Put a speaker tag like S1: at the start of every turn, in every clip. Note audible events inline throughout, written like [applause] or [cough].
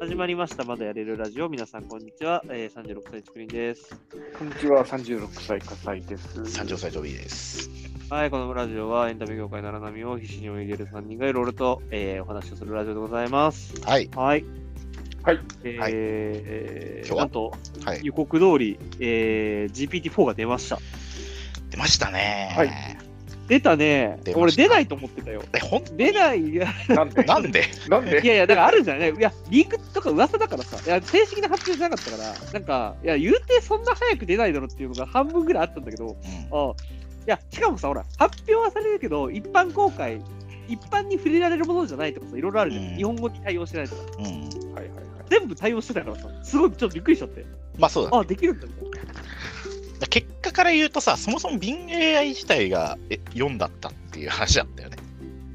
S1: 始まりました。まだやれるラジオ。皆さん、こんにちは。えー、36歳、竹林です。
S2: こんにちは、36歳、笠井です。
S3: 三条斎藤 B です。
S1: はい、このラジオはエンタメ業界なら波を必死に追い入れる3人がいろいろと、えーお話をするラジオでございます。
S3: はい。
S1: はい。
S2: はい。
S1: えー
S3: はい
S1: えー
S3: 今日
S1: な
S3: は
S1: んと
S3: はい。
S1: 予告通り、えー GPT-4 が出ました。
S3: 出ましたね。
S2: はい
S1: 出たね。
S3: 出ました
S1: 俺出ないと思ってたよ。
S3: え、ほん、
S1: 出ない。いや
S2: なん
S1: [laughs]
S2: で
S3: なんで
S2: なん
S1: い
S2: で
S1: やいや、だからあるんじゃないいや、リークとか噂だからさ。いや、正式な発表じゃなかったから、なんか、いや、言うてそんな早く出ないだろっていうのが半分ぐらいあったんだけど、
S3: うん
S1: あいや、しかもさ、ほら、発表はされるけど、一般公開、一般に触れられるものじゃないとかさ、いろいろあるじゃん。
S3: うん
S1: 日本語に対応してないとか。
S3: うん。
S2: はいはいはい。
S1: 全部対応してたからさ、すごいちょっとびっくりしちゃって。
S3: まあそうだ、
S1: あ、できるんだみたいな。
S3: ね。結果から言うとさ、そもそも BingAI 自体がえ4だったっていう話だったよね。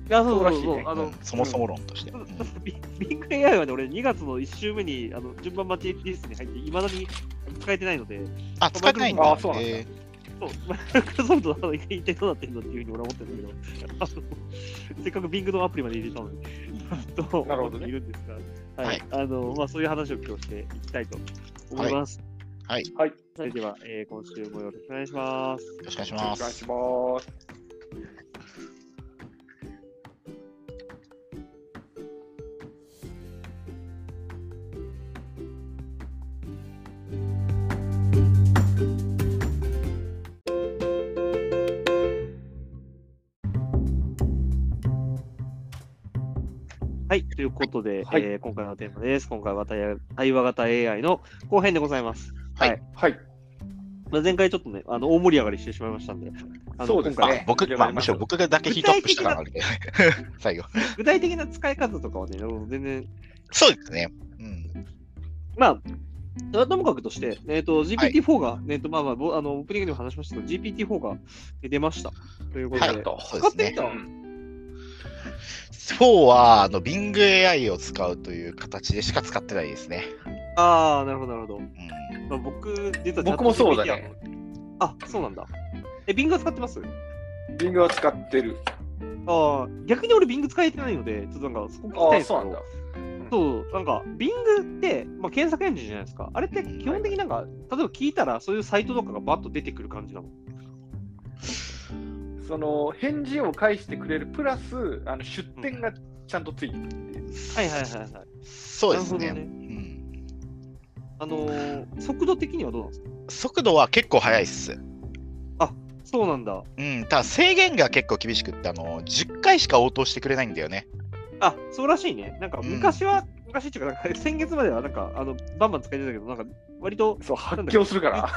S1: いや、そうそうそう
S2: そうらしいね
S1: あ
S3: う
S1: の
S3: ん、そもそも論として。うん
S1: ビビッグ AI はね、俺2月の1週目にあの順番待ちリストに入って、いまだに使えてないので、
S3: あ、使ってないんだ。
S2: あそうなんだ
S3: え
S1: そう、マイクロソフトの一体どうなってんのっていうふうに俺は思ってるんだけど、 [laughs] あのせっかく Bing のアプリまで入れたのに、と
S2: なる
S1: 思
S2: ほ
S1: っ
S2: ど
S1: て
S2: ね
S1: いるんですが、は
S3: はいい、
S1: あの、まあそういう話を今日していきたいと思います。
S3: はいはい
S2: はい
S1: それでは、えー今週もよろしくお願いします。
S3: ーよろしくお願いし
S2: お願
S3: ま
S2: いし
S3: す。
S2: ます。
S1: はい、ということで、
S2: はい
S1: えー今回のテーマです。今回は対話対話型 AI の後編でございます。
S3: はい
S2: はい。
S1: まあ、前回ちょっとね、あの大盛り上がりしてしまいましたんで、あの
S2: そうですね
S1: 今回
S3: あ僕、まあ、むしろ僕がだけヒートアップしたのがあるけどね [laughs] 最後。
S1: 具体的な使い方とかはね、全然
S3: そうですね。うん。
S1: まあ、それはともかくとして、えーと GPT-4 が、えーとまあまあ、ぼあのオープニングでも話しましたけど、GPT-4 がえ出ました。ということで、
S3: はいそ
S1: 使
S3: うで
S1: っ
S3: す
S1: てみ
S3: ね
S1: た。
S3: 4は、あの、BingAI を使うという形でしか使ってないですね。
S1: ああ、なるほど、なるほど。
S3: うん。
S1: まあ、僕、実は
S2: 僕もそうだね
S1: ChatGPT は。あ、そうなんだ。え、Bing は使ってます
S2: リングは使ってる。
S1: ああ、逆に俺 Bing 使えてないので、ちょっとなんかそこ聞きた
S2: あ
S1: いん
S2: あ、
S1: ですけ
S2: そうなん
S1: ど
S2: だ。。
S1: そう、なんか Bing って、まあ、検索エンジンじゃないですか。あれって基本的になんか、例えば聞いたらそういうサイトとかがバッと出てくる感じなの。
S2: その、返事を返してくれる、プラス、あの出典がちゃんとついてる。
S1: はいはいはいはい。
S3: そうです
S1: なるほどね
S3: ねうん。
S1: あのー速度的にはどうなんですか
S3: 速度は結構速いっす。
S1: そうなんだ。
S3: うん、ただ制限が結構厳しくって、あの、10回しか応答してくれないんだよね。
S1: あ、そうらしいね。なんか
S3: うん
S1: 昔は、昔っていうか、なんか [laughs] 先月まではなんか、あの、バンバン使えてたけど、なんか、割と
S2: そう、発狂す
S1: [laughs]
S2: るから。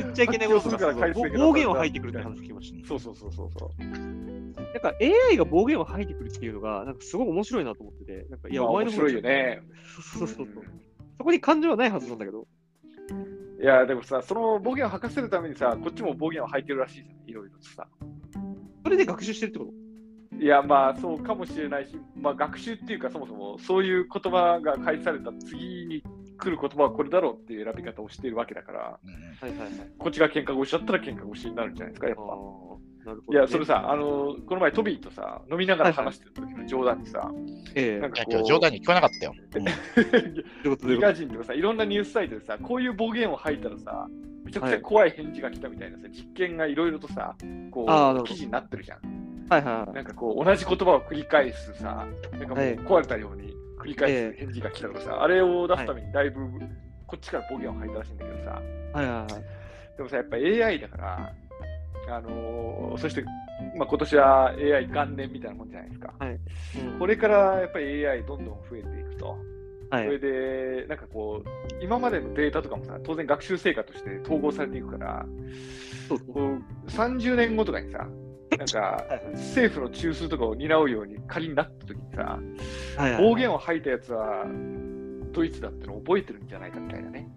S1: 言っちゃいけないこととか
S2: 発狂するから回数が
S1: 暴暴言を吐いてくるって話聞きまし
S2: そうそうそうそうそう。
S1: た。なんか AI が暴言を吐いてくるっていうのが、なんかすごい面白いなと思ってて、なんか、いや、
S2: まあ
S1: お前の
S2: 面白いよね。
S1: そうそうそう。そこに感情はないはずなんだけど。
S2: いや、でもさ、その暴言を吐かせるためにさ、こっちも暴言を吐いてるらしいじゃん、いろいろとさ。
S1: それで学習してるってこと
S2: いやまあそうかもしれないし、まあ、学習っていうかそもそもそういう言葉が返された次に来る言葉はこれだろうっていう選び方をしているわけだから
S3: うん
S1: はいはいはい。
S2: こっちが喧嘩腰だったら喧嘩腰になるんじゃないですかやっ
S1: ああ
S2: ぱ。、
S1: なるほど、
S2: いやそれ、さあのこの前トビーとさ飲みながら話してる時の冗談でさ、
S1: ええ
S2: なん
S3: い
S2: か、
S3: や今
S2: こ
S3: 日
S2: う
S3: 冗談に聞こえなかったよ。
S2: [laughs]
S1: ということで
S2: ギガ人とかさいろんなニュースサイトでさこういう暴言を吐いたらさめちゃくちゃ怖い返事が来たみたいなさ、実験がいろいろとさこ
S1: あーなるほ
S2: う
S1: ど
S2: 記事になってるじゃん。
S1: はいはいはい。
S2: なんかこう同じ言葉を繰り返すさ、なんかもう
S1: はい
S2: 壊れたように繰り返す返事が来たとかさ、あれを出すためにだいぶこっちから暴言を吐いたらしいんだけどさ、
S1: はいはいはい。
S2: でもさ、やっぱ AI だから、あのーそして、まあ、今年は AI 元年みたいなもんじゃないですか。
S1: うん
S2: これからやっぱり AI どんどん増えていくと、
S1: は
S2: そ
S1: い、
S2: れでなんかこう、今までのデータとかもさ、当然学習成果として統合されていくから、
S1: そうですね
S2: こう30年後とかにさ、なんか
S1: [laughs] はいはい
S2: 政府の中枢とかを担うように仮になった時にさ、
S1: はいはい
S2: 暴言を吐いたやつはドイツだってのを覚えてるんじゃないかみたいなね。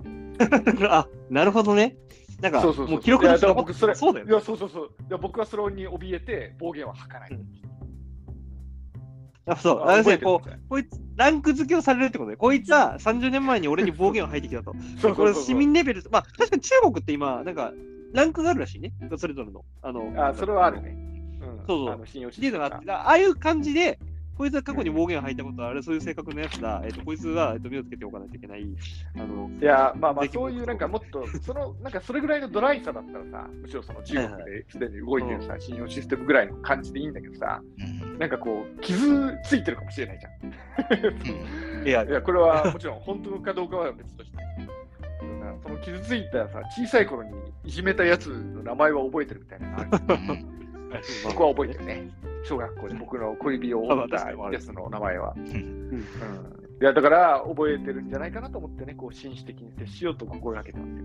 S1: [laughs] あ、なるほどね。なんか、
S2: そうそうそう
S1: もう記録として
S2: いやだから僕それ
S1: そうだよ
S2: い
S1: ね。
S2: や、そうそうそう。いや僕はそれに怯えて暴言は吐かない。
S1: あそう、
S2: あ
S1: あれですね、
S2: 覚
S1: こ
S2: えてる
S1: う、こいつ、ランク付けをされるってことで、こいつは30年前に俺に暴言を吐いてきたと。
S2: そう
S1: こ
S2: そう
S1: れ、
S2: そう
S1: 市民レベル、まあ、確かに中国って今、なんか、ランクがあるらしいね、それぞれの。あの
S2: あ、それはある。ね。うん
S1: そうそう
S2: あの信用
S1: っていうのがあ
S2: あ
S1: って、ああいう感じで、こいつは過去に暴言吐いたことある、そういう性格のやつだ、えっとこいつは、えっと目をつけておかないといけない。あの
S2: いやーまあまあ
S1: 出来事
S2: そういうなんかもっとそのなんかそれぐらいのドライさだったらさむしろその中国ですでに動いてるさ信用システムぐらいの感じでいいんだけどさ
S3: うん
S2: なんかこう傷ついてるかもしれないじゃん。
S1: いや
S2: いや、これはもちろん本当かどうかは別として。その傷ついたさ、小さい頃にいじめたやつの名前は覚えてるみたいなのある。
S3: うん
S2: 僕は覚えてるね。小学校で僕の小指を折っ
S1: あまあ確
S2: た
S1: かに
S2: やつの名前は。
S3: ん
S2: うんいや、だから覚えてるんじゃないかなと思ってね、こう紳士的に接しようと心がけてますよ。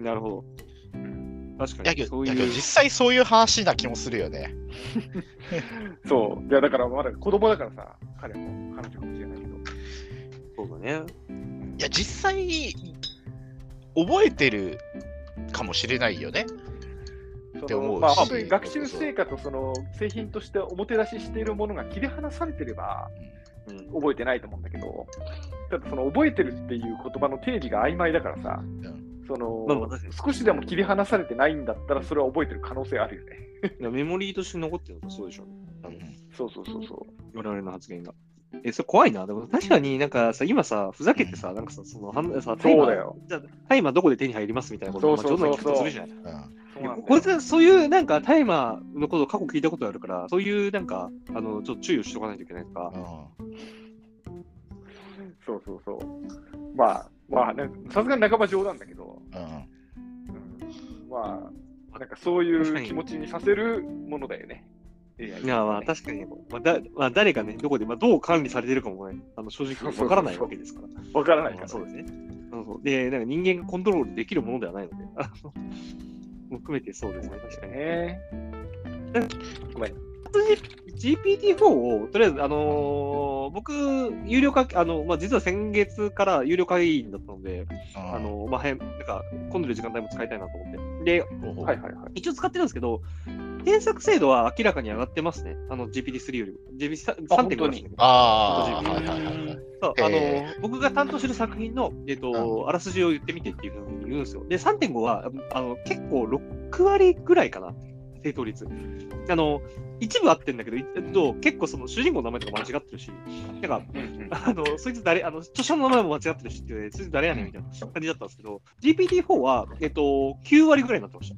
S1: なるほど。確か
S3: や
S1: に、
S3: け
S1: そ
S3: ど
S1: う
S3: やけど
S1: いう
S3: 実。際そういう話な気もするよね。
S2: そう。いや、だからまだ子供だからさ、彼も彼女かもしれないけど。
S1: そうだね。
S3: いや実際覚えてるかもしれないよね。って
S2: そ
S3: 思
S2: の
S3: う
S2: まあ、
S3: し
S2: 本当に学習成果とその製品としておもてなししているものが切り離されてれば [laughs]
S1: うん
S2: 覚えてないと思うんだけど、ただその覚えてるっていう言葉の定義が曖昧だからさ、
S3: ん
S2: その
S1: まあまあ確かに
S2: 少しでも切り離されてないんだったらそれは覚えてる可能性あるよね。
S1: いやメモリーとして残ってるのとそうでしょうね。あの
S2: そうそうそうそう。
S1: 我々の発言が。え、それ怖いな。でも確かになんかさ、今さ、ふざけてさ、なんかさ、その、はんさ、タイマ
S2: そ
S1: ー
S2: うだよ。
S1: じゃあタイマーどこで手に入りますみたいなことを、まあ
S2: そう
S1: 冗
S2: そう
S1: 談
S2: そ
S1: に聞くとす
S2: う
S1: るじゃない。
S3: うん
S2: そう
S1: いや
S2: なんだよ
S1: こいつはそういうなんかタイマーのことを過去聞いたことあるから、そういうなんか、あの、ちょっと注意をしとかないといけないとか。
S3: うん
S2: そうそうそう。まあ、まあ、なんかさすがに半ば冗談だけど、
S3: うん
S2: うんまあ、なんかそういう気持ちにさせるものだよね。い
S1: いや、まあ確かに、まあだまあ、誰がね、どこで、まあ、どう管理されてるかもね、あの正直わからないわけですから。
S2: わからないから。
S1: そうですね。そうそうで、なんか人間がコントロールできるものではないので、あの [laughs] もう含めてそうですね、確かに。
S2: ね
S1: チャット GPT-4 を、とりあえず、あのー僕、有料会、あの、まあ、実は先月から有料会員だったので、あの、まあ、早めなんか、今度の時間帯も使いたいなと思って。で、
S3: うん
S2: はいはいはい。
S1: 一応使ってるんですけど、検索精度は明らかに上がってますね。あの GPT-3 よりも。GPT-3.5
S2: 本当
S1: です
S2: に
S1: ね。
S3: ああ、
S1: 個
S3: は
S1: 人
S3: い
S1: 的
S3: は
S1: に
S3: いはいはい。
S1: そうあ
S3: へ
S1: の僕が担当してる作品の、えっとあらすじを言ってみてっていうふうに言うんですよ。で、3.5はあの結構6割ぐらいかな、正答率。あの一部合ってるんだけど、えっと、結構その主人公の名前とか間違ってるし、だからあの、そいつ誰、あの、著者の名前も間違ってるしって、そいつ誰やねんみたいな感じだったんですけど、GPT-4 は、えっと、9割ぐらいになってました。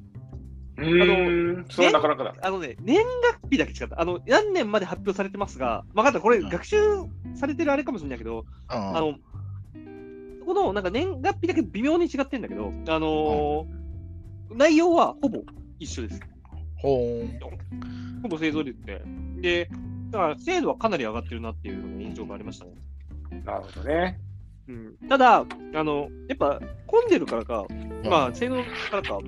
S2: うん。それはなかなかだ。
S1: あのね、年月日だけ違った。あの、何年まで発表されてますが、分かった、これ、
S3: うん
S1: 学習されてるあれかもしれないけど、
S3: うん
S1: あの、この、なんか年月日だけ微妙に違ってんだけど、あのー内容はほぼ一緒です。
S3: ほーん。
S1: ほぼ製造率で。で、だから精度はかなり上がってるなっていうのが印象がありましたね。
S2: なるほどね。
S1: うん、ただ、あの、やっぱ混んでるからか、まあ、性能からか、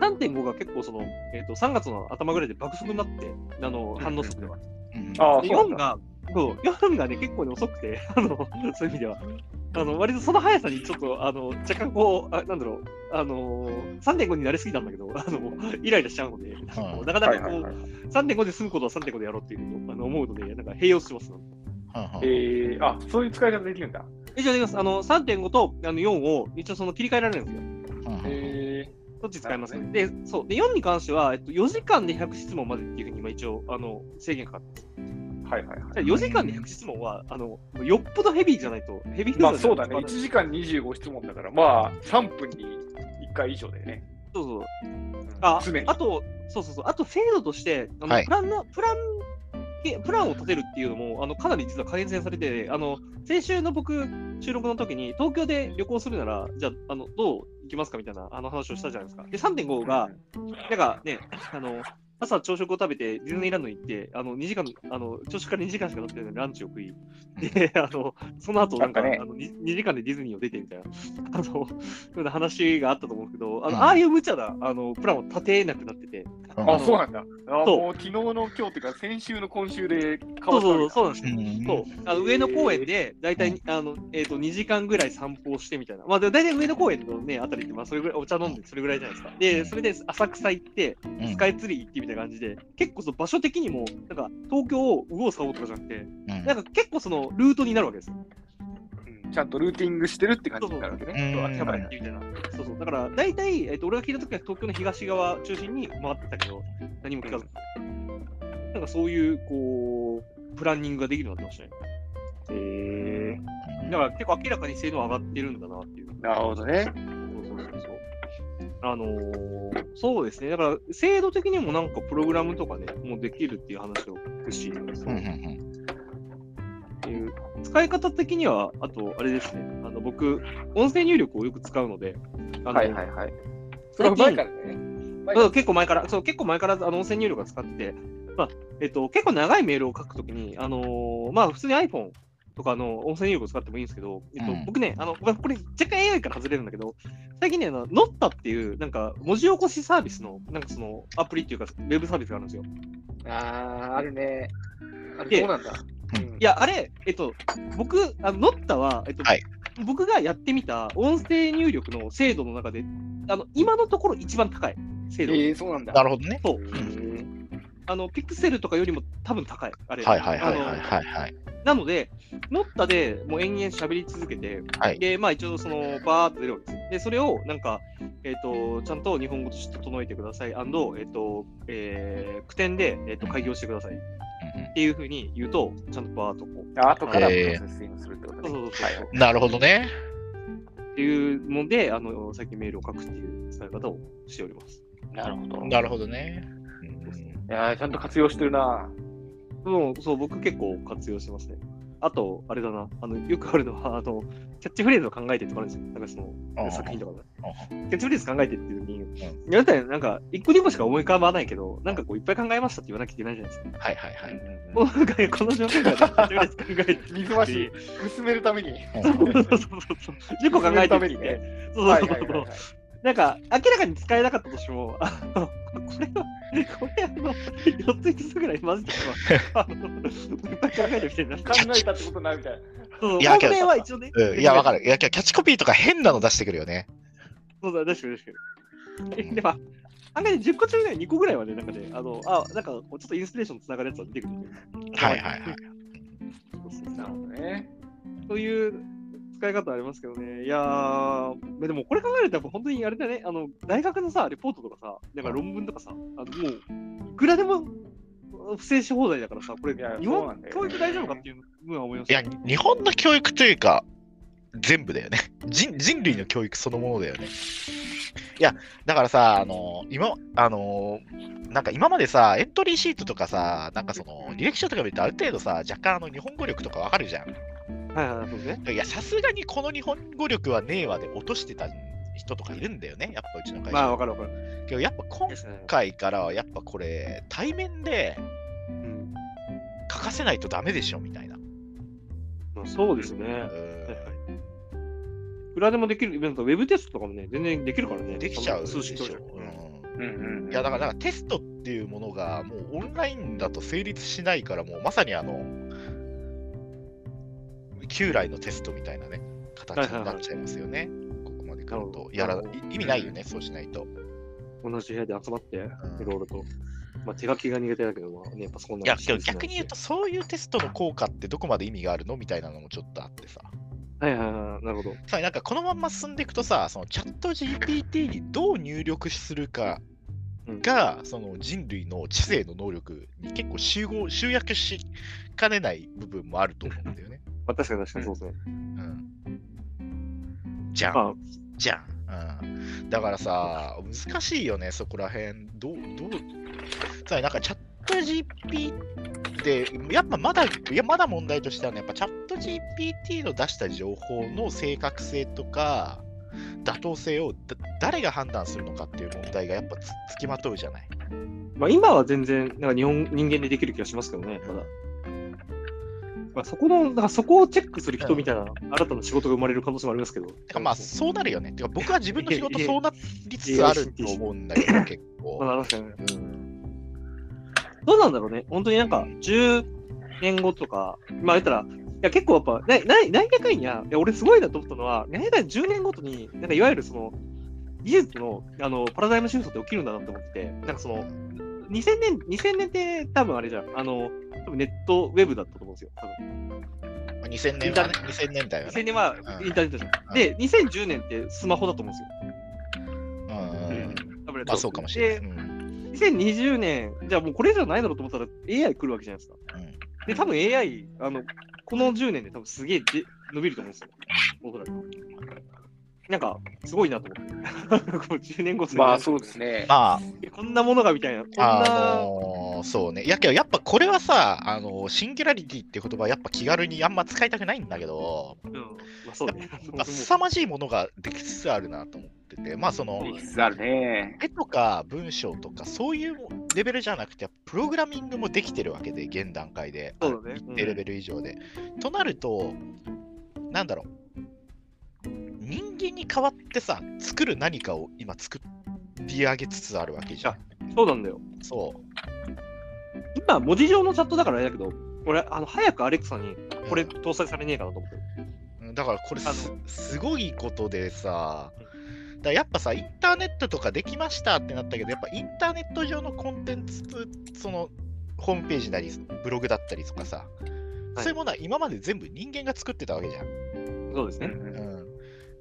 S1: 3.5が結構その、えっと3月の頭ぐらいで爆速になって、あの反応速度が。
S3: うん
S2: ああ、
S1: で
S2: そう
S1: 4
S2: なんだ。
S1: が、そう、4がね、結構ね、遅くて、 [laughs] あの、そういう意味では。あの、割とその速さにちょっと、あの、若干こう、あなんだろう、あのー、3.5に慣れすぎたんだけど、あの、イライラしちゃうので、
S3: ん
S1: なかなかこう、3.5で済むことは3.5でやろうっていうふうにあの思うので、なんか併用してます。
S3: うんうん
S2: えー、あそういう使い方できるんだ。
S1: 一応できます。あの、3.5とあの4を、一応その切り替えられるんですよ。
S2: え
S1: どっち使いますか、で、そう。で、4に関しては、えっと、4時間で100質問までっていうふうに今一応、あの、制限かかってます。
S2: ー、はいはいはい。
S1: ただ4時間で100質問は、あの、よっぽどヘビーじゃないと、ヘビーユーザー
S2: まあ
S1: じゃ
S2: そ
S1: な
S2: うだ
S1: いと
S2: ね、1時間25質問だから、まあ3分に1回以上だよね。
S1: そうそう。
S2: うん
S1: あ
S2: 常に
S1: あ。と、そうそうそう、あと制度として、あの
S3: はい
S1: プランのプランえプランを立てるっていうのも、あのかなり実は改善されてて、あの先週の僕、収録の時に、東京で旅行するなら、じゃあ、あのどう行きますかみたいなあの話をしたじゃないですか。で、3.5が、なんかね、あの朝朝食を食べて、ディズニーランドに行って、あの2時間あの朝食から2時間しか経ってないのにランチを食い、で、あのその後なんか
S2: なんかね
S1: あの 2, 時間でディズニーを出てみたいな、あのような話があったと思うんですけど、あの
S3: うん
S1: ああいう無茶なあのプランを立てなくなってて、
S2: あ、そうなんだ。あ
S1: そう
S2: もう昨日の今日っていうか、先週の今週で変
S1: そ
S2: わ
S1: う
S2: った
S1: そうそうそうなんですよ。
S3: うん
S1: そうあの上野公園で大体に、あのえー、と2時間ぐらい散歩をしてみたいな、まあ、でも大体上野公園の、ね、あたりって、まあ、それぐらいお茶飲んでそれぐらいじゃないですか。で、それで浅草行って、
S3: うん
S1: スカイツリー行ってみたいな感じで、結構その場所的にも、なんか東京を右往左往とかじゃなくて、
S3: うん
S1: なんか結構そのルートになるわけですよ。
S2: うんちゃんとルーティングしてるって感じになるわけ
S3: う
S2: ね。
S3: ん
S1: そう秋葉原行ってみたいな。そうそうだから大体、えー、と俺が聞いた時は東京の東側中心に回ってたけど、何も聞かず。なんかそういう、こう、プランニングができるようになってましたね。へえ。だから結構明らかに性能上がってるんだなっていう。
S2: なるほどね。
S1: そうそうそうそう。あのーそうですね。だから、制度的にもなんかプログラムとかね、もうできるっていう話を聞くし、そううんっ
S3: うんうん
S1: ていう。使い方的には、あと、あれですね。あの、僕、音声入力をよく使うので、あの
S2: はいはいはい。それ
S1: 最
S2: は
S1: 近
S2: 前からね。前
S1: うん、結構前から、そう、結構前から、あの、音声入力は使ってて、まあ、えっと、結構長いメールを書くときに、あのーまあ、普通に iPhone とかの音声入力を使ってもいいんですけど、えっと、
S3: うん
S1: 僕ね、あの、まあこれ若干 AI から外れるんだけど、最近ね、あの、ノッタっていう、なんか、文字起こしサービスの、なんかその、アプリっていうか、ウェブサービスがあるんですよ。
S2: あー、あるね。あ
S1: で
S2: れ、そうなんだ。
S1: い、
S2: うん
S1: や、あれ、えっと、僕、あのノッタは、えっと、
S3: はい
S1: 僕がやってみた音声入力の精度の中で、あの、今のところ一番高い精
S2: え
S1: 度。
S2: ー、そうなんだ。
S3: なるほどね。
S1: そう
S2: へー
S1: あの、ピクセルとかよりも多分高い、あれ。
S3: はいはいはいは
S1: あ
S3: い
S1: の
S3: はいはい。
S1: なので、ノッタでもう延々喋り続けて、
S3: はい
S1: で、まあ一応その、バーっと出るわけです。で、それをなんか、えっ、と、ちゃんと日本語として整えてください。and えっ、と、えー、句点で、えっ、と、開業してください。っ
S3: うんうん
S1: ていうふうに言うと、ちゃんとバーっとこう、
S2: あ後からプ
S3: えー
S2: ロセッシングするってこと
S1: そうそ
S2: ね。
S1: うそうそう
S2: はい
S3: なるほどね。
S1: っていうので、あの、最近メールを書くっていう使い方をしております。
S2: なるほど。い
S3: なるほどね。うん
S2: やーちゃんと活用してるな。
S1: もう、そう、僕結構活用してますね。あと、あれだな、あの、よくあるのは、あ [laughs] の、キャッチフレーズを考えてとかあるんですよ。なんかその、
S3: うん
S1: 作品とか
S3: あ
S1: で。キャッチフレーズ考えてっていう時に、やったらなんか、一個二個しか思い浮かばないけど、なんかこう、いっぱい考えましたって言わなきゃいけないじゃないですか。
S3: はいはいはい。
S1: もうなんかねこの条件
S2: [laughs]
S1: からキャッチフレーズ考えて。
S2: 忙しい。進めるために。
S3: うん
S1: そうそうそうそう。10個考えてって言って。そうそう
S2: はい
S1: そう
S2: はい
S1: そう。
S2: はいはい。
S1: なんか、明らかに使えなかったとしても、あのこれは、これあの、4つ5つぐらい混ぜてし
S3: [laughs]
S1: まう。あのいっぱい考えてみてるな。
S2: 考えたってことないみたいな。
S1: そう
S3: いや
S1: 本
S3: けど
S1: 命は一応ね。
S3: うんいや、わかる。いや、キャッチコピーとか変なの出してくるよね。
S1: そうだ、確かに確かに。えでも、案外ね、10個中ね、2個ぐらいはね、なんかね、あの、あ、なんか、ちょっとインスピレーションつながるやつは出てくるんだよ。
S3: はいはいはい。
S1: そうそう
S2: なるほどね。
S1: そういう使い方ありますけどね。いやー、まあでもこれ考えると、やっぱ本当にあれだね、あの、大学のさ、レポートとかさ、なんか論文とかさ、あのもう、いくらでも不正し放題だからさ、これ、
S2: いや
S1: 日
S2: そうな
S1: 本
S2: んだよね
S1: 教育大丈夫かっていうのは思いまし
S3: い
S1: た。
S3: や、日本の教育というか、全部だよね。人人類の教育そのものだよね。いや、だからさ、あの、今、あの、なんか今までさ、エントリーシートとかさ、なんかその、履歴書とか見るとある程度さ、若干あの日本語力とかわかるじゃん。
S1: はいはいはい、そうですね。
S3: いや、さすがにこの日本語力はねえわで落としてた人とかいるんだよね、やっぱうちの会社。
S1: まあ、わかるわかる。
S3: けど、やっぱ今回からはやっぱこれ、対面で
S1: うん
S3: 書かせないとダメでしょ、みたいな。
S1: まあ、そうですね。
S3: う
S1: はいはい
S3: ん
S1: いくらでもできる、なんかウェブテストとかもね、全然できるからね。
S3: できちゃうで
S1: 数
S3: し
S1: 式教
S3: ょ
S1: 授。。
S3: うん
S2: うんうん。
S3: いやだからなんかテストっていうものがもうオンラインだと成立しないからもうまさにあの旧来のテストみたいなね形になっちゃいますよね、ここまで来るとやらい意味ないよねそうしないと
S1: 同じ部屋で集まって、いろいろと。まあ、手書きが苦手だけど、まあね、パソコン
S3: い
S1: な
S3: や
S1: んか
S3: けど逆に言う
S1: と。
S3: とそういうテストの効果ってどこまで意味があるのみたいなのもちょっとあってさ
S1: はいはいはい、なるほど。
S3: さなんかこのまんま進んでいくとさそのチャット GPT にどう入力するか
S1: うん
S3: が、その人類の知性の能力に結構集合集約しかねない部分もあると思うんだよね。
S1: まあ、確かに確かにそうですね。
S3: うん、じゃん
S1: ま
S3: じゃん、うん、だからさ難しいよねそこら辺どうどうさなんかチャット GP ってやっぱまだいやまだ問題としてはねやっぱチャット GPT の出した情報の正確性とか妥当性をだ誰が判断するのかっていう問題がやっぱつつきまとうじゃない。
S1: あ、まあ、今は全然、なんか日本、人間でできる気がしますけどね、まだ。まあ、そこの、なんかそこをチェックする人みたいな、新たな仕事が生まれる可能性もありますけど。
S3: てかまあそうなるよね。てか僕は自分の仕事
S1: いえいえ
S3: そうなりつつあると思うんだけど結構。
S1: まあ、確かにね。
S3: うん
S1: どうなんだろうね。本当になんか、10年後とか、まあ言ったら、いや結構やっぱ、なななんやかんや、いや俺すごいなと思ったのは、なんやかんや10年ごとに、なんかいわゆるその、技術のあのパラダイムシフトって起きるんだなと思ってて、なんかその、2000年、2000年って多分あれじゃん、あの、多分ネットウェブだったと思うんですよ、多分。
S3: 2000年はね、2000年代は
S1: 2000
S3: ね。
S1: 年は
S3: うん
S1: インターネットじゃ
S3: うん
S1: ん。で、2010年ってスマホだと思うんですよ
S3: うんうんうん。
S1: タブレット
S3: まあそうかもしれない。
S1: で
S3: うん
S1: 2020年、じゃあもうこれじゃないだろうと思ったら AI 来るわけじゃないですか。で、多分 AI、あの、この10年で多分すげえで伸びると思うんですよ。おそらく。なんか、すごいなと思って。 [laughs] こう10年後
S2: まあそうです。ね。
S3: ま
S1: えこんなものがみたいな。こん
S3: あ、
S1: な、
S3: あのーそうね。やけど、やっぱこれはさ、あのーシンギュラリティって言葉はやっぱ気軽にあんま使いたくないんだけど、
S1: うん、まあそうね。
S3: まあ凄まじいものができつつあるなと思ってて、まあその、
S2: できつつあるね。
S3: 絵とか文章とかそういうレベルじゃなくてプログラミングもできてるわけで現段階で、
S1: そうだね
S3: 一定レベル以上で、となるとなんだろう人間に代わってさ作る何かを今作り上げつつあるわけじゃん
S1: そうなんだよ。
S3: そう
S1: 今、文字上のチャットだからあれだけど、俺、あの、早くアレクサにこれ
S3: うん
S1: 搭載されねえかなと思ってる。
S3: うんだからこれ
S1: あの
S3: すすごいことでさ、だからやっぱさ、インターネットとかできましたってなったけど、やっぱインターネット上のコンテンツ、そのホームページなり、ブログだったりとかさ、
S1: はい
S3: そういうものは今まで全部人間が作ってたわけじゃん。
S1: そうです
S2: う
S1: ね。
S2: ん
S3: うん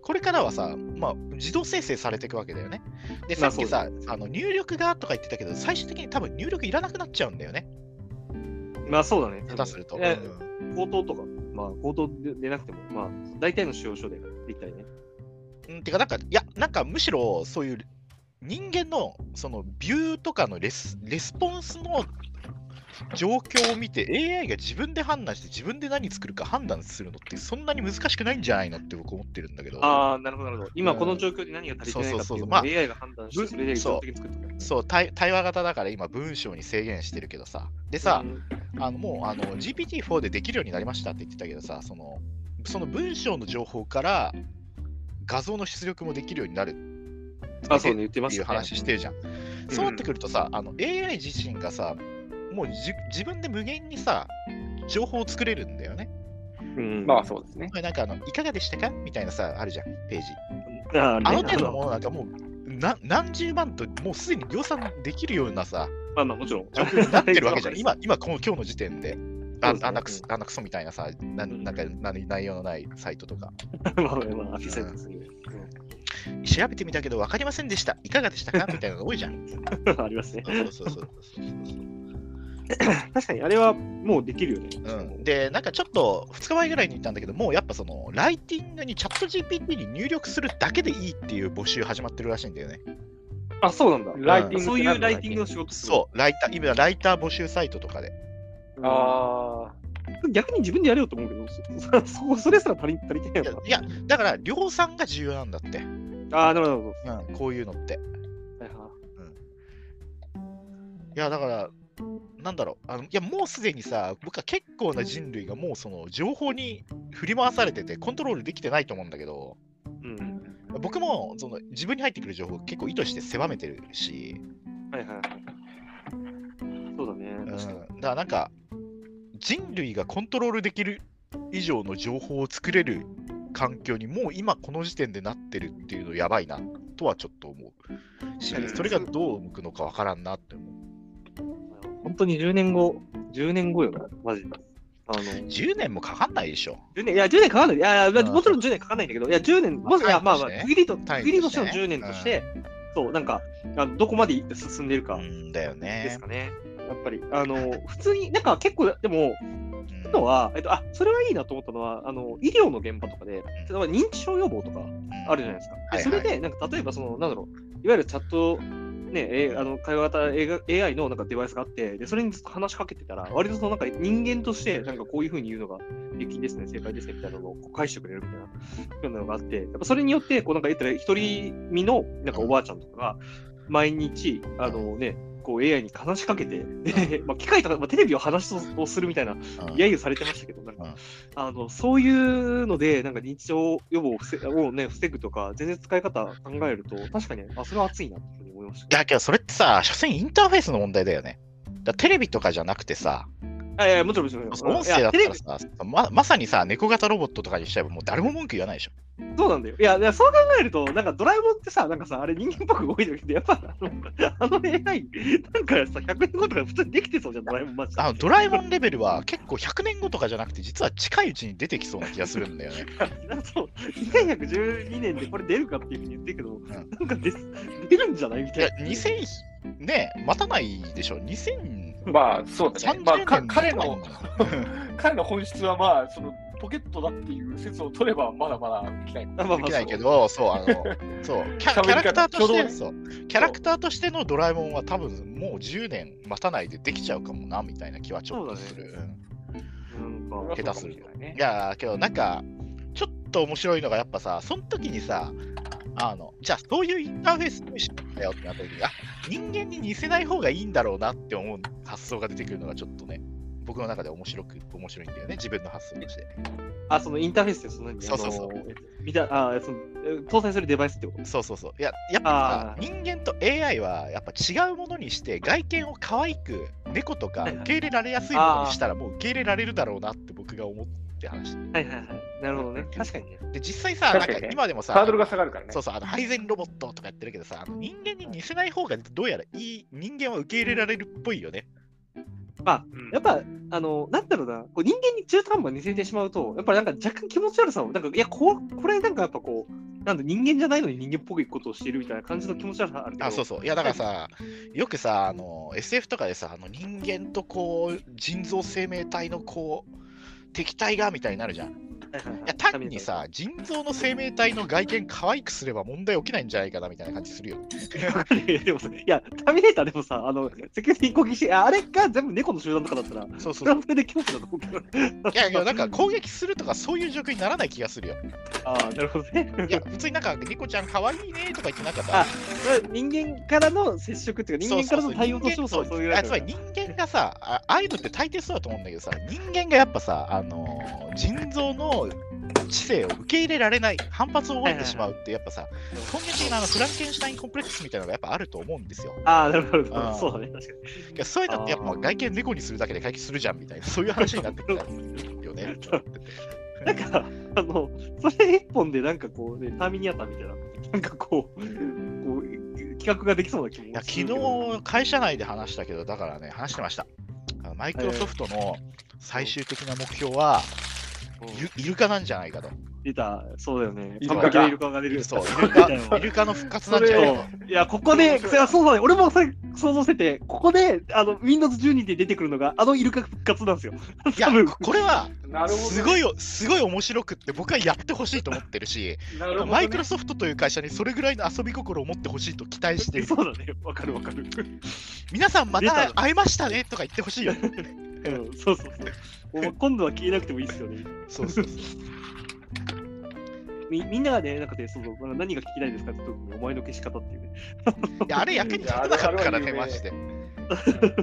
S3: これからはさ、まあ、自動生成されていくわけだよね。で、
S1: ま
S3: さ
S1: あ
S3: っき
S1: そ
S3: さ
S1: う、です
S3: あの入力がとか言ってたけど、最終的に多分入力いらなくなっちゃうんだよね、
S1: まあそうだね。
S3: 下手すると。
S1: え
S3: うん
S1: 口頭とか、まあ口頭ででなくても、まあ大体の使用書でできたりね。
S3: うん、てか、なんか、いや、なんかむしろそういう人間のそのビューとかのレスレスポンスの状況を見て AI が自分で判断して自分で何作るか判断するのってそんなに難しくないんじゃないのって僕思ってるんだけど
S1: ああ、なるほど、なるほど。今この状況で何が足りてないかって
S3: そ
S1: い
S3: うそうそうう
S1: の
S3: ま
S1: を
S3: あ
S1: AI が判断して、それで自動的に作ってくれる
S3: そう対対話型だから今文章に制限してるけどさでさ、あのもうあの GPT-4 でできるようになりましたって言ってたけどさそのその文章の情報から画像の出力もできるようになる
S1: あ、そうね、言ってま
S3: って
S1: す
S3: いう
S1: よね。
S3: 話してるじゃん。
S1: ん
S3: そうなってくるとさ、あの AI 自身がさ、もうじ自分で無限にさ、情報を作れるんだよね。
S1: うん。
S2: まあそうですね。
S3: なんかあの、いかがでしたかみたいなさ、あるじゃん、ページ。
S1: あー、
S3: あ
S1: ね
S3: の程度のものなんかもう、な何十万と、もうすでに量産できるようなさ、
S1: まあまあもちろん。
S3: 状況になってるわ
S1: [laughs]
S3: けじゃん。今、今この今日の時点で。
S1: そう
S3: あ
S1: ですね
S3: あんなクソあんなクソみたいなさ、ななんかな内容のないサイトとか。
S1: まあまあまあ、アフィサイトする。 [laughs]
S3: 調べてみたけど分かりませんでした。いかがでしたかみたいなの多いじゃん。
S1: うんありますね。
S3: そうそうそうそうそう。
S1: 確かに、あれはもうできるよね。
S3: うん、で、なんかちょっと2日前ぐらいに行ったんだけど、もうやっぱそのライティングにチャット GPT に入力するだけでいいっていう募集始まってるらしいんだよね。
S1: あ、そうなんだ。
S2: ライティング
S1: そういうライティングの仕事する
S3: そう、ライター、今、ライター募集サイトとかで。
S1: うん
S2: あ
S1: 逆に自分でやれようと思うけど、そ [laughs] そそそれすら足り足りてない
S3: いや
S1: よ、
S3: いやだから量産が重要なんだって、う
S1: な。ああ、なるほどなるほ
S3: ん、こういうのって。
S1: ど。はいはい
S3: いや、だから、なんだろうあの、いや、もうすでにさ、僕は結構な人類がもうその情報に振り回されてて、コントロールできてないと思うんだけど、
S1: うん。
S3: 僕もその自分に入ってくる情報、結構意図して狭めてるし。
S1: はいはいはい。そうだね。
S3: うん、だ
S1: 確かに
S3: からなんか人類がコントロールできる以上の情報を作れる環境にもう今この時点でなってるっていうのやばいなとはちょっと思うし
S1: うん
S3: それがどう向くのかわからんなって思
S1: 本当に10年後、10年後よな、マジで。あ [laughs] の、
S3: う
S1: 10
S3: 10年もかかんないでしょ
S1: 年、いや、10年かかんない。いや、いや
S3: うん
S1: もちろん10年かかんないんだけど、いや、10年、もし、いや、まあまあ、区切りと、区切りとしての10年として、そう、なんか、あのどこまで進んでるか
S3: うんだよ
S1: で
S3: ね
S1: すかね。やっぱり、あの、普通に、なんか結構、でも、
S3: うん
S1: のは、えっと、あ、それはいいなと思ったのは、あの、医療の現場とかで、例えば認知症予防とか、
S3: うん
S1: あるじゃないですか。
S3: はい
S1: でそれで、なんか例えばその、なんだろう、いわゆるチャット、ね、えあの会話型 AI AI のなんかデバイスがあって、でそれにずっと話しかけてたら、割とそのなんか人間として、なんかこういうふうに言うのが平均ですね、正解ですねみたいなのをこう返してくれるみたいなようなのがあって、やっぱそれによって、こうなんか言ったら、一人身のなんかおばあちゃんとかが、毎日、あのね、こう AI に話しかけて、でまあ、機械とか、まあ、テレビを話をするみたいな
S3: うん
S1: 揶揄されてましたけど、なん
S3: うん
S1: か、あの、そういうので、なんか認知症予防を防をね、防ぐとか、全然使い方考えると、確かに、あ、それは熱いなっていうふうに思いました。
S3: だけどそれってさ所詮インターフェースの問題だよねだからテレビとかじゃなくてさ、
S1: あいやいや、もちろん、もちろん。うん
S3: 音
S1: い
S3: 声だ
S1: や
S3: っ
S1: テ
S3: た
S1: レ
S3: ら
S1: ビ、
S3: さ、ままさにさ、猫型ロボットとかにしちゃえば、もう誰も文句言わないでしょ。
S1: そうなんだよ。いや、いやそう考えると、なんかドラえもんってさ、なんかさ、あれ人間っぽく動いてるけど、やっぱ、あの、あの AI、なんかさ、100年後とか普通にできてそうじゃん、ドラえもんマジで。
S3: あのドラえもんレベルは結構100年後とかじゃなくて実は近いうちに出てきそうな気がするんだよね。
S1: なんかそう、1912年でこれ出るかっていうふうに言ってるけど、
S3: ん
S1: なんか出す出るんじゃないみ
S3: い
S1: たい
S3: や
S1: な。
S3: 2000ね待たないでしょ2000
S2: まあ、そうですね。まあ、
S3: 30
S2: か
S3: 年
S2: 彼
S3: 前
S2: の
S3: に、
S2: 彼の本質はまあ、そのポケットだっていう説を取れば、まだまだできない。
S1: あまあ
S3: で
S1: まあ
S3: き
S1: そ
S3: な
S1: う
S3: いけど、そう、
S2: [laughs]
S3: あの、そう、キャキャラクターとし
S2: 喋り
S3: て、
S2: 方
S3: そう、キャラクターとしてのドラえもんは多分もう10年待たないでできちゃうかもな、みたいな気はちょっとする。うん
S1: なんか、
S3: 下手すると
S2: そうかもしれない
S3: い
S2: ね
S3: やーけどなんかちょっと面白いのがやっぱさその時にさあのじゃあそういうインターフェースにしようだよってなった時にあ人間に似せない方がいいんだろうなって思う発想が出てくるのがちょっとね僕の中で面白く面白いんだよね自分の発想として
S1: あ、そのインターフェースでその
S3: そうそうそう
S1: あの見たあそのえ搭載するデバイスってこと
S3: そうそうそういややっぱさ
S1: あー
S3: 人間と AI はやっぱ違うものにして外見を可愛く猫とか
S1: はいは
S3: 受
S1: い
S3: け入れられやすいものにしたらもう受け入れられるだろうなって僕が思って話して
S1: はいはいはい。なるほどね。確かにね。
S3: で実際さなん
S2: 確かにね
S3: か今でもさ
S2: ハードルが下がるからね。
S3: そうそう、あの配膳ロボットとかやってるけどさ、あの人間に似せない方がどうやらいい人間は受け入れられるっぽいよね。
S1: まあ、
S2: うん
S1: やっぱ、あの、なんだろうな、こう人間に中途半端に似せてしまうと、やっぱなんか若干気持ち悪さを、なんか、いや、ここれなんかやっぱこう、なんだ、人間じゃないのに人間っぽいことをしているみたいな感じの気持ち悪さあるけど、
S3: あ、そうそう。いや、だからさ、よくさ、あの SF とかでさ、あの人間とこう、人造生命体のこう、敵対がみたいになるじゃん。い
S1: はいはいはい
S3: や、単にさ、人造の生命体の外見可愛くすれば問題起きないんじゃないかなみたいな感じするよ。
S1: いやでもさ、いや、ター [laughs] ミネーターでもさ、あの、セキュリティ攻撃し、ああれが全部猫の集団とかだったら、
S3: そう
S1: そうれ
S3: そそ
S1: は
S3: う。
S1: それで恐怖だと思うけど。
S3: いや、いやなんか攻撃するとかそういう状況にならない気がするよ。
S1: [laughs] ああ、なるほどね。
S3: いや、普通になんか、猫ちゃん可愛いねとか言ってなんかさ
S1: あ、人間からの接触っていうか、人間からの対応としても
S3: そ
S1: そうう
S3: そ
S1: そううい
S3: 人
S1: う
S3: 間あ
S1: や
S3: つまり人間がさあああいうのって大抵そうだと思うんだけどさ人間がやっぱさあのー腎臓の知性を受け入れられない反発を覚えてしまうってやっぱさ根源的なあのフランケンシュタインコンプレックスみたいなのがやっぱあると思うんですよ
S1: ああ、なるほど
S3: あー。
S1: そうだね、確かに。
S3: いやそういうのってやっぱ
S1: あー
S3: 外見猫にするだけで解決するじゃんみたいなそういう話になってくるよねちょっと
S1: なんか、あの、それ一本で、なんかこう、ね、ターミネーターみたいな、なんかこう、こう、企画ができそうな気
S3: い
S1: も
S3: や
S1: するけ
S3: 昨
S1: ど
S3: 日会社内で話したけどだからね話してましたあのマイクロソフトの最終的な目標はイルイルカなんじゃないかと
S1: 出た、そうだよね。
S2: イル
S1: 三
S2: カ
S1: 角形イルカが出る。
S3: そうイル
S1: 出たよ
S3: カイルカの復活なんじゃないかと
S1: いや、ここで、
S2: そう
S1: いやそうだね、俺もそれ想像してて、ここで、あの、Windows12 で出てくるのが、あのイルカ復活なんですよ。
S3: いや
S1: 多分、
S3: これは
S2: なるほどね。
S3: すごいよ、すごい面白くって、僕はやってほしいと思ってるし、
S2: なるほどね
S3: マイクロソフトという会社にそれぐらいの遊び心を持ってほしいと期待してる、
S1: [laughs] そうだね、わかるわかる。
S3: 皆さんま
S1: 出
S3: た
S1: た
S3: 会いましたねとか言ってほしいよね。
S1: [laughs] うん、そうそうそう。もう今度は消えなくてもいいですよね。
S3: そうそう
S1: みみんながね、なんかね、その何が聞きたいですかって時に、お前の消し方っていうね。
S3: いやあれ役に立たなかったから
S2: いやあれは有
S3: ね、
S2: 名
S3: マジで。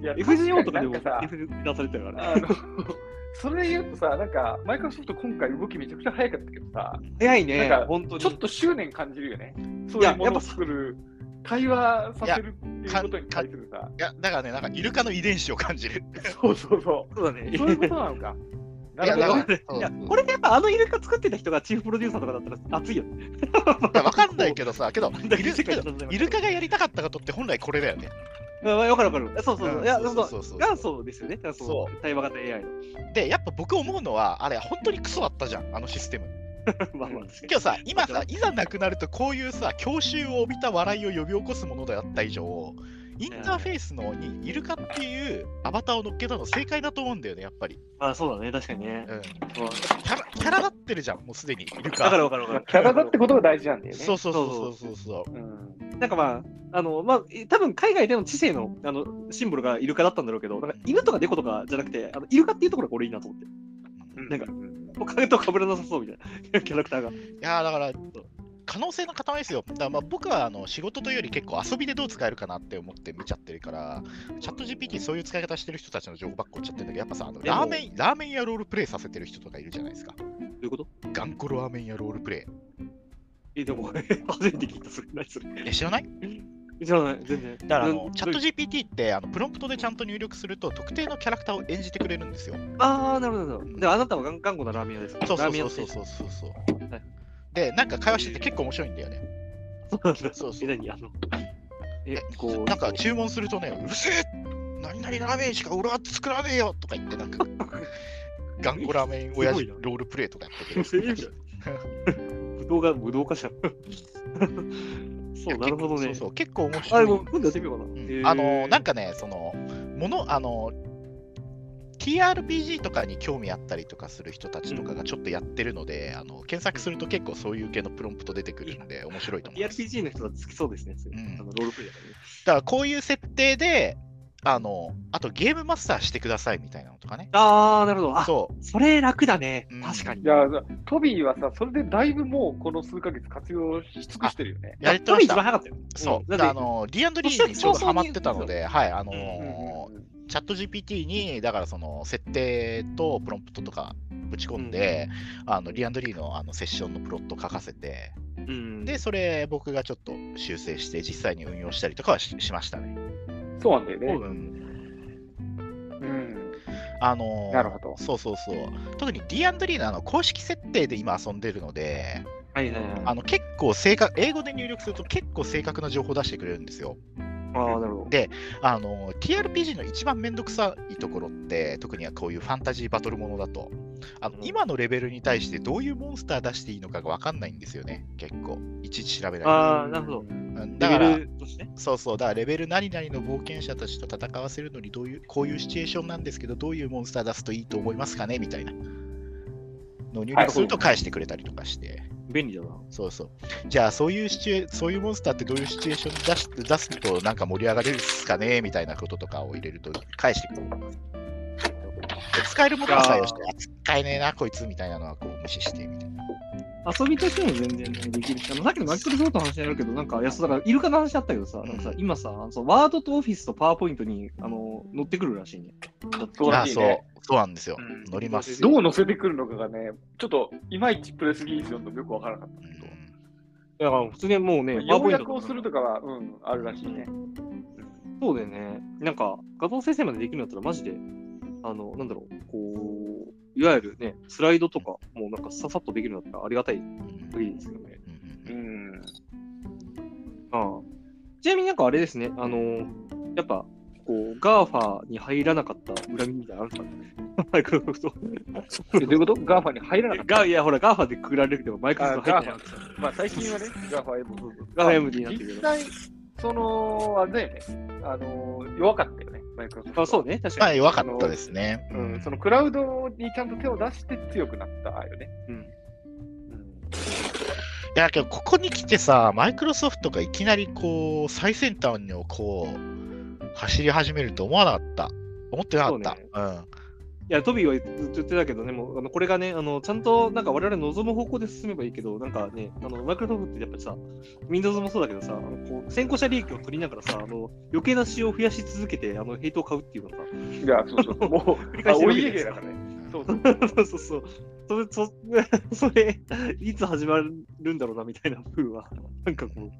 S2: いや
S1: FGO とかでも
S2: 確になんか
S1: F 出されてるか
S2: さ
S1: ら
S2: あ
S1: ね。
S2: の [laughs] それで言うとさ、なんか、マイクロソフト今回動きめちゃくちゃ早かったけどさ、
S1: 早い
S2: なん
S1: ね
S2: か、
S1: 本当に。
S2: ちょっと執念感じるよね。そう
S1: い
S2: い
S1: や
S2: うものを作る、対話させるっていうことに対するさ、
S3: いや、だからね、なんかイルカの遺伝子を感じる。
S2: そうそうそ
S1: そうだね
S2: [laughs] う、そういうことなのか。ない
S3: や
S2: る
S3: だ
S2: ほ
S3: か
S2: ど
S3: ら
S2: ね。
S3: そう
S1: いや、これでやっぱあのイルカ作ってた人がチーフプロデューサーとかだったら熱いよね。
S3: いやわかんないけどさ、け
S1: [laughs]
S3: ど、
S1: だけ
S3: イル
S1: 世界
S3: け
S1: に
S3: ど
S1: 存在は
S3: イルカがやりたかったことって本来これだよね。
S1: うんわかるわかる。そうそうそうう。
S3: ん
S1: いや、
S3: そ
S1: そ
S3: うそ
S1: う
S3: うそ
S1: そうう
S3: そう
S1: 元祖ですよね。だから
S3: そ
S1: そう対話型 AI の。 [laughs]
S3: で、やっぱ僕思うのは、あれ、本当にクソだったじゃん、あのシステム。
S1: まあまあ、確かに
S3: 今日さ、今さ、いざなくなると、こういうさ、教習を帯びた笑いを呼び起こすものであった以上、インターフェースのにイルカっていうアバターを乗っけたの正解だと思うんだよね、やっぱり。
S1: まあそうだね、確かにね。
S3: うん、
S1: うん
S3: キャラキャラ立ってるじゃん、もうすでにイルカ。
S1: わかるわかるわかる。
S2: キャラだってことが大事なんだよね。
S3: そうそうそうそうそうそう。
S2: うん
S1: なんかまあ、あの、まあ、多分海外での知性のあのシンボルがイルカだったんだろうけど、なんか犬とか猫とかじゃなくて、あのイルカっていうところが俺いいなと思って。
S3: うん
S1: なんか他と被らなさそうみたいな [laughs] キャラクターが。
S3: いやーだから、可能性の塊ですよ。だからまあ僕はあの仕事というより結構遊びでどう使えるかなって思って見ちゃってるから、チャット GPT そういう使い方してる人たちの情報ばっか追っちゃってるんだけど、やっぱさ、あの
S1: でも
S3: ラーメンラーメンやロールプレイさせてる人とかいるじゃないですか。
S1: どういうこと
S3: 頑固ラーメンやロールプレイ。
S1: え、でも、 [laughs] 初めて聞いた、それ何それ。
S3: え知らない
S1: 知らない、全然。
S3: だからあ
S1: う
S3: の
S1: ん
S3: チャット GPT ってあのプロンプトでちゃんと入力すると特定のキャラクターを演じてくれるんですよ。
S1: ああ、なるほどなるほど。で、あなたは頑頑固なラーメン屋です。
S3: そうそ
S1: ラ
S3: う
S1: ーメン
S3: そ
S1: 屋
S3: う
S1: っ
S3: そう
S1: て
S3: そうそうそう。
S1: はい
S3: で、なんか会話してて結構面白いんだよね。
S1: そうなんだ。
S3: そうそ
S1: え、
S3: う。
S1: 何あの、え
S3: え、
S1: こう、 [laughs]
S3: なんか注文するとね、うるせえ何々ラーメンしか俺は作らねえよとか言って、な
S1: [laughs]
S3: んか、頑固ラーメン親父
S1: すごいな
S3: ロール
S1: [laughs]
S3: プレイとかやってくれる。
S1: ぶどうが、ぶどうかしら。そう、なるほどね。
S3: そうそう、結構面
S1: あ、
S3: 白
S1: で
S3: い。
S1: も、今度やってみようかな。
S3: うん
S1: へー
S3: あのなん、かね、その、もの、あの、TRPG とかに興味あったりとかする人たちとかがちょっとやってるので、あの検索すると結構そういう系のプロンプト出てくるんで、面白いと思います。
S1: TRPG の人は好きそうですね。そういう
S3: う
S1: あ
S3: ん
S1: のロールプレイだからね。
S3: だからこういう設定で、あの、あとゲームマスターしてくださいみたいなのとかね。
S1: あー、なるほど。あ、
S3: そう。
S1: それ楽だね
S3: うん。
S1: 確かに。
S2: いや、トビーはさ、それでだいぶもうこの数ヶ月活用し尽くしてるよね。
S3: やれて
S1: ト
S3: ま
S1: ミー一
S3: した
S1: 番。早かったよ。
S3: そう。
S1: うん
S3: だ
S1: だっ
S3: からあ
S1: て
S3: の、D&D にちょうどハマってたので、はい、あの
S2: うんうんうん
S3: チャット GPT に、だからその設定とプロンプトとかぶち込んで、あの D&D のあのセッションのプロット書かせて、
S1: うん。
S3: で、それ僕がちょっと修正して、実際に運用したりとかはししましたね。
S2: そうなんだよ
S1: そう
S2: ね。
S1: だね。
S2: うん
S3: あのー
S2: なるほど
S3: そうそうそう。特に D&D のあの公式設定で今遊んでるので、
S1: はいはいはい。
S3: あの結構正確、英語で入力すると結構正確な情報出してくれるんですよ。
S1: あー、なるほど。
S3: あの TRPG の一番めんどくさいところって特にはこういうファンタジーバトルものだとあの
S1: うん
S3: 今のレベルに対してどういうモンスター出していいのかが分かんないんですよね結構いちいち調べない
S1: あー、なるほど。
S3: うんだ
S1: レ
S3: か
S1: ベ
S3: ら
S1: ルとしてね。
S3: そうそうだからレベル何々の冒険者たちと戦わせるのにどういうこういうシチュエーションなんですけどどういうモンスター出すといいと思いますかねみたいなのを入力すると返してくれたりとかして、
S1: 便利だな。
S3: そうそう。じゃあ、そういうシチュエそういうモンスターってどういうシチュエーションに出し出すと、なんか盛り上がれるっすかねみたいなこととかを入れると、返してくる。使えるものは採用して、あ使えねえな、こいつみたいなのはこう無視してみたいな。
S1: 遊びとしても全然ねできるし、あのさっきのマイクロソフトの話になるけど、なんか、いや、そうだから、イルカの話あったけどさ、なんかさ
S3: う、ん
S1: 今さ、あのそうワードとオフィスとパワーポイントに、あの、乗ってくるらしいね。
S2: そうらしいね。
S3: あそうそうなんですよ。
S2: うん
S3: 乗ります。
S2: どう乗せてくるのかがね、ちょっといまいちプレスリリース読んでもよくわからなかった。
S3: うん
S1: だから、普通にもうね、パワー
S2: 要
S1: ポイント
S2: 約をするとかは、うん、あるらしいね。
S1: そうだよね。なんか、画像生成までできるんだったら、マジで、あの、なんだろう、こう、いわゆるね、スライドとか、もうなんかささっとできるんだったらありがたい限りですよね。
S3: うん
S2: うん。
S1: ああちなみになんかあれですね、あの、やっぱ、こう、ガーファーに入らなかった恨みみたいなのあ [laughs] るんですかねマイクロソフト。
S2: えどういうことガーファに入らなかっ
S1: ガーいや、ほら、ガーファーでくくられるけど、マイクロソ
S2: た。あ
S1: フト入っ
S2: ガ
S1: て
S2: ーフ
S1: ない。
S2: ァ。まあ最近はね、ガーファ M。
S1: ガーファー MD になってるけ
S2: 実
S1: ど。
S2: 際、その、あれだよね、あのー、弱かったよね、マイクロソフト。
S1: あそうね、確
S3: ま
S1: か
S3: あ、
S1: に。
S3: 弱かったですね。
S2: うん、そのクラウドにちゃんと手を出して強くなったよね。
S1: うん
S3: いや、けど、ここに来てさ、マイクロソフトがいきなりこう、最先端をこう、走り始めると思わなかった。思ってなかった。
S1: そううね
S3: ん。
S1: いや、トビーはずっと言ってたけどね、もうあのこれがね、あのちゃんとなんか我々望む方向で進めばいいけど、なんかね、あのマイクロソフトってやっぱりさ、Windows もそうだけどさ、あのこう先行者利益を取りながらさ、あの余計な使用を増やし続けて、あのヘイトを買うっていうのさ、
S2: いや、そうそう、 [laughs] も
S1: 繰り
S2: う、
S1: 返
S2: あ
S1: してる
S2: お
S1: わけ
S2: 家
S1: で
S2: 芸
S1: す
S2: だ
S1: よ
S2: からね。そうそう。
S1: そうそうそう。それ、そそ [laughs] れ、いつ始まるんだろうなみたいな風は、なんかこう、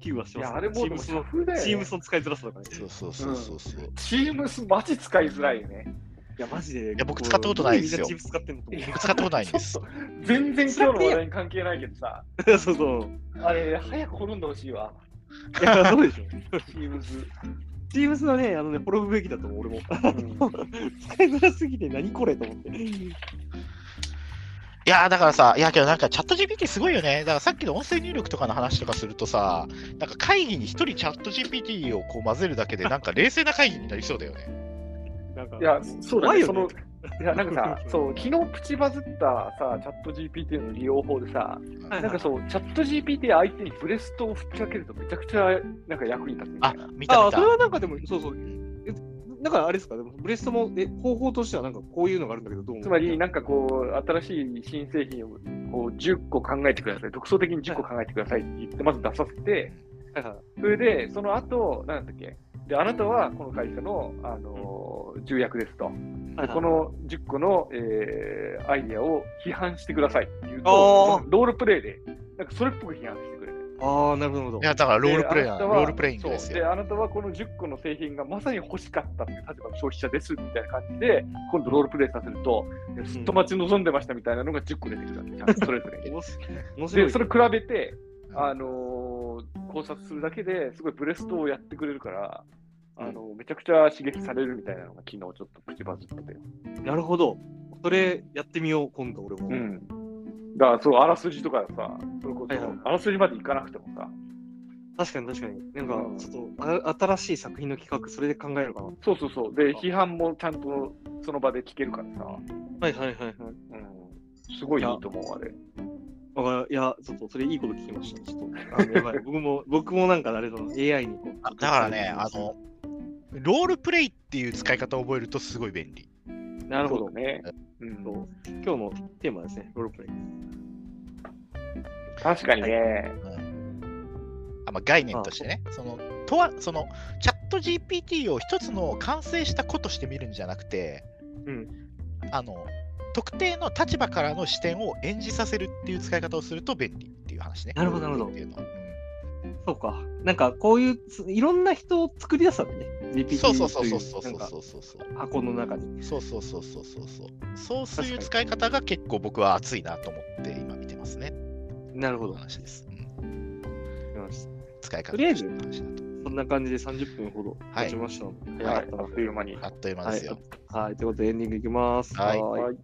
S1: 危惧はし
S2: い
S1: ます、
S2: や、あれも
S1: チー
S2: うで
S1: ム
S2: も
S1: ス
S2: 社
S1: の、
S2: 風だよ、ね。
S1: チームスの使いづらさだからね。
S3: そうそうそうそうそう。
S2: チームスマジ使いづらいよね。
S1: いや、マジで。い
S3: や僕使ったことないんですよ
S1: みんなチームス使ってんのと思
S3: 僕使ったことないんです。
S2: 全然今日の話題に関係ないけどさ、 [laughs]
S1: う。そうそう。
S2: あれ、早く滅んでほしいわ。
S1: いや、そうでしょ。
S2: チームス。
S1: チームスのね、あのね、滅ぶべきだと思う、俺も。 [laughs]
S2: うん [laughs]
S1: 使いづらすぎて何これと思って。
S3: いやーだからさ、いやけどなんかチャット GPT すごいよね。だからさっきの音声入力とかの話とかするとさ、なんか会議に一人チャット GPT をこう混ぜるだけで、なんか冷静な会議になりそうだよね。
S1: なんか
S2: いや、そうだ
S1: 怖い
S2: ね。
S1: よ、
S2: そのいや、なんか [laughs] さ
S1: [laughs]
S2: そう、昨日プチバズったさ、チャット GPT の利用法でさ、
S1: はい
S2: [laughs] なんかそう、チャット GPT 相手にブレストを吹きかけるとめちゃくちゃなんか役に立つみた
S3: あ
S2: いな。、
S3: 見た
S1: あ
S3: 見
S1: あ、それ
S3: た。
S1: はなんかでも、そうそう。えなんかあれですか、でもブレストもえ方法としてはなんかこういうのがあるんだけど、どう思う
S2: つまり、なんかこう、新しい新製品をこう10個考えてください、独創的に10個考えてくださいって言って、まず出させて、
S1: はいはい
S2: それで、その後、なんだっけ、で、あなたはこの会社の、あのー重役ですと。
S1: はいはい
S2: この10個の、えーアイディアを批判してくださいっていう
S1: あ
S2: と
S1: ー、
S2: ロールプレイで、なんかそれっぽく批判してくれる。
S1: ああ、なるほど。
S3: いやだからロールプレイ
S2: で
S3: な
S2: あな
S3: の
S2: たは
S3: ロールプレイングです
S2: そうで、
S3: よ。
S2: あなたはこの10個の製品がまさに欲しかったっていう立場の消費者ですみたいな感じで、今度ロールプレイさせると、いやずっと待ち望んでましたみたいなのが10個出てくるわけじゃん、それぞれに。
S1: 面白い面白い。
S2: で、それ比べて、あのー考察するだけですごいブレストをやってくれるから、あのーめちゃくちゃ刺激されるみたいなのが昨日ちょっとプチバズってて。
S1: なるほど。それやってみよう、今度俺も。
S2: うん。だから、そう、あらすじとかさ、それこそ、
S1: はいはい
S2: あらすじまでいかなくてもさ、
S1: 確かに確かに。なん
S2: うん
S1: か、ちょっとあ、新しい作品の企画、それで考えるかな。
S2: そうそうそう。で、批判もちゃんとその場で聞けるからさ。
S1: はいはいはいはい。
S2: うん。すごいいいと思う、あれ。
S1: わかるいや、ちょっと、それいいこと聞きました。ちょっと、あのや
S3: [laughs]
S1: ばい。僕も、僕もなんか、あれだな、AI にこう。
S3: あだからね、あの、ロールプレイっていう使い方を覚えるとすごい便利。
S1: なるほ
S2: そう
S1: ど。
S2: だね。うん。
S1: そう今日のテーマですね、ロールプレイ。
S2: 確かにね。
S3: あまあ、概念としてね、そのとはそのチャット GPT を一つの完成した子として見るんじゃなくて、
S1: うん
S3: あの特定の立場からの視点を演じさせるっていう使い方をすると便利っていう話ね。
S1: なるほどなるほど
S3: っていうのは
S1: そうか。なんか、こういうつ、いろんな人を作り出したんだね。
S3: うん
S1: GPT
S3: そうそうそう
S1: とい
S3: そうそうそう
S1: なんか
S3: そうそうそう
S1: 箱の中に。
S3: そうそうそうそうそうそうそういう
S1: 確
S3: 使い方が結構僕は熱いなと思って今見てますね。
S1: なるほど。
S3: この話です。うん
S1: わかりました
S3: 使い方
S1: とりあえず
S3: の話だと
S1: そんな感じで30分ほど
S3: はい
S1: 経ちましたので。
S2: は
S1: 早
S2: い。
S1: か
S2: あ
S1: っ
S2: っという間に。
S3: あっという
S1: たな
S3: 間で
S1: は
S3: す
S1: い
S3: よ。。
S1: はい。ということで、エンディングいきます。
S3: はい
S1: ー
S2: はい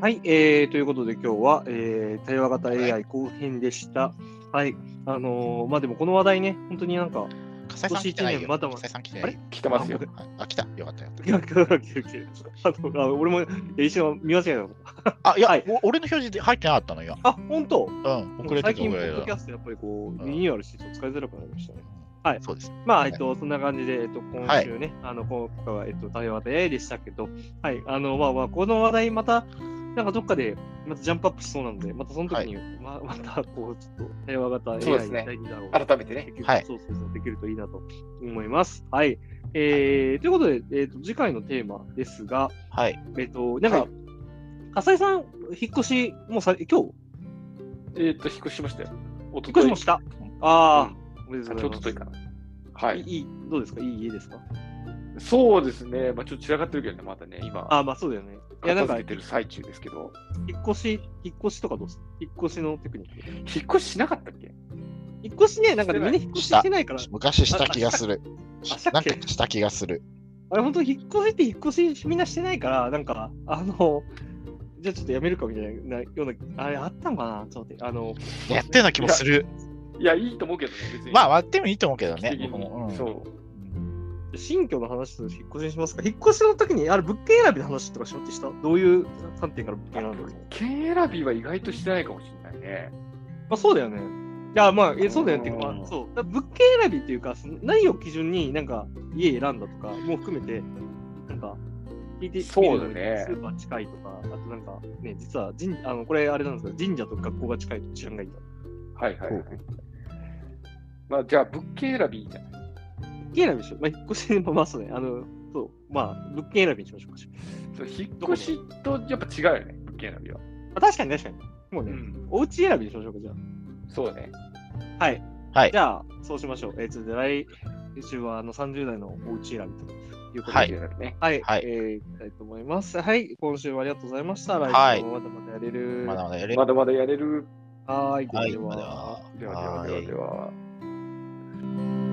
S1: はい、えーということで今日は、えー対話型 AI 後編でした。はい、あのーまあでもこの話題ね、本当になんか、
S3: 笠井さん来てないよ。
S1: 今年一年まだまだ
S3: 笠井さん来て
S1: あ
S3: な
S1: れ
S3: いよ。
S2: 来てますよ。
S3: はいあ、来た。よかったよ。
S1: いやいやいやいやあのあ俺もいや一瞬見間違えたの。
S3: あ、いや、
S1: はい
S3: お俺の表示で入ってなかったのよ。
S1: あ、本当
S3: うん、遅
S1: 最
S3: れてた
S1: 近、ポ
S3: 遅れ
S1: ッド
S3: て
S1: キ
S3: た
S1: ャストやっぱりこう、
S3: うん
S1: リニューアルしてちょっと使いづらくなりましたね。はい
S3: そうですね。
S1: まあ、
S3: い
S1: えっと、そんな感じで、えっと、今週ね、あの、今回は、えっと、対話ででしたけど、はい、あの、まあまあ、この話題また、なんかどっかで、またジャンプアップしそうなので、またその時に、ま [laughs] また、こう、ちょっと、対話型
S2: そうで
S1: AI
S2: すね
S1: 第二弾を、
S2: 改めてね。
S1: できる
S3: はい
S1: そうそうそう、できるといいなと思います。はい。えー、ということで、えっ、と、次回のテーマですが、
S3: はい。
S1: えっ、と、なんか、
S2: はい
S1: 浅井さん、引っ越し、もうさ、今日、
S2: えっと、引っ越ししましたよ。お
S1: 引
S2: と
S1: っ越
S2: と
S1: し
S2: い
S1: も。した。ああ、おめでとう
S2: 先
S1: ご
S2: ほ
S1: ざいます。
S2: どといかな。はい
S1: い。いいどうですかいい家ですか
S2: そうですね。まあちょっと散らかってるけどね、まだね、今。
S1: ああ、まあそうだよね。いや、な
S2: 片
S1: んか
S2: 付け、てる最中ですけど。
S1: 引っ越し、引っ越しとかどうす引っ越しのテクニック。
S2: 引っ越ししなかったっけ
S1: 引っ越しね、なんか
S2: して
S1: みん
S2: ない
S1: な引っ越ししてないから、
S3: 昔した気がする
S1: あした。っ
S3: なん
S1: け
S3: かした気がする。
S1: あれ本当引っ越しって引っ越しみんなしてないから、なんか、あの、じゃあちょっとやめるかみたいなような、あれあったのかなちょっと待って、あの、
S3: やってるような気もする。
S2: いや、いいと思うけどね、別に。
S3: まあ、割ってもいいと思うけどね
S2: 奇跡。的に
S3: 僕もうん
S2: そう。
S1: 新居の話と引っ越しにしますか引っ越しの時に、あれ物件選びの話とかしようってしたどういう観点から物件選んだのま
S2: 県選びは意外としてないかもしれないね。
S1: あそうだよね。いや、まあ、えそうだよねっていうか、
S2: うん
S1: まあ、そう。だから物件選びっていうか、その何を基準になんか家選んだとかも含めて、なんか、聞いて
S2: そうだね
S1: 見るのにスーパー近いとか、あとなんかね、実は神、あの、これあれなんですけど、神社と学校が近いと治安がいいとか。
S2: はいはい、はい
S3: そ。
S2: まあ、じゃあ、物件選びいいんじゃない
S1: 物件選びでしょ。まあ、引っ越しもまあそうね。あの、そう。まあ、物件選びにしましょうか。
S2: そう引っ越しとやっぱ違うよね、物件選びは。
S1: あ確かに確かに。もう
S2: う
S1: ね、
S2: ん。
S1: お家選びにしましょうか、じゃあ。
S2: そうだね。
S1: はい。
S3: はい
S1: じゃあ、そうしましょう。えー、続いて来週はあの30代のおうち選びということで。
S3: は
S1: はいい。
S2: 物件選びね。
S1: はい。
S3: はい
S1: えーいきたいと思います。はい。今週はありがとうございました。来
S3: はい
S1: 週もまたまたやれる。
S3: まだ
S1: は
S3: まだやれ
S2: まだまだやれる。
S1: ーい。
S3: はい、
S1: では
S3: ま
S1: で
S3: だ
S1: は。
S2: ではではではでは。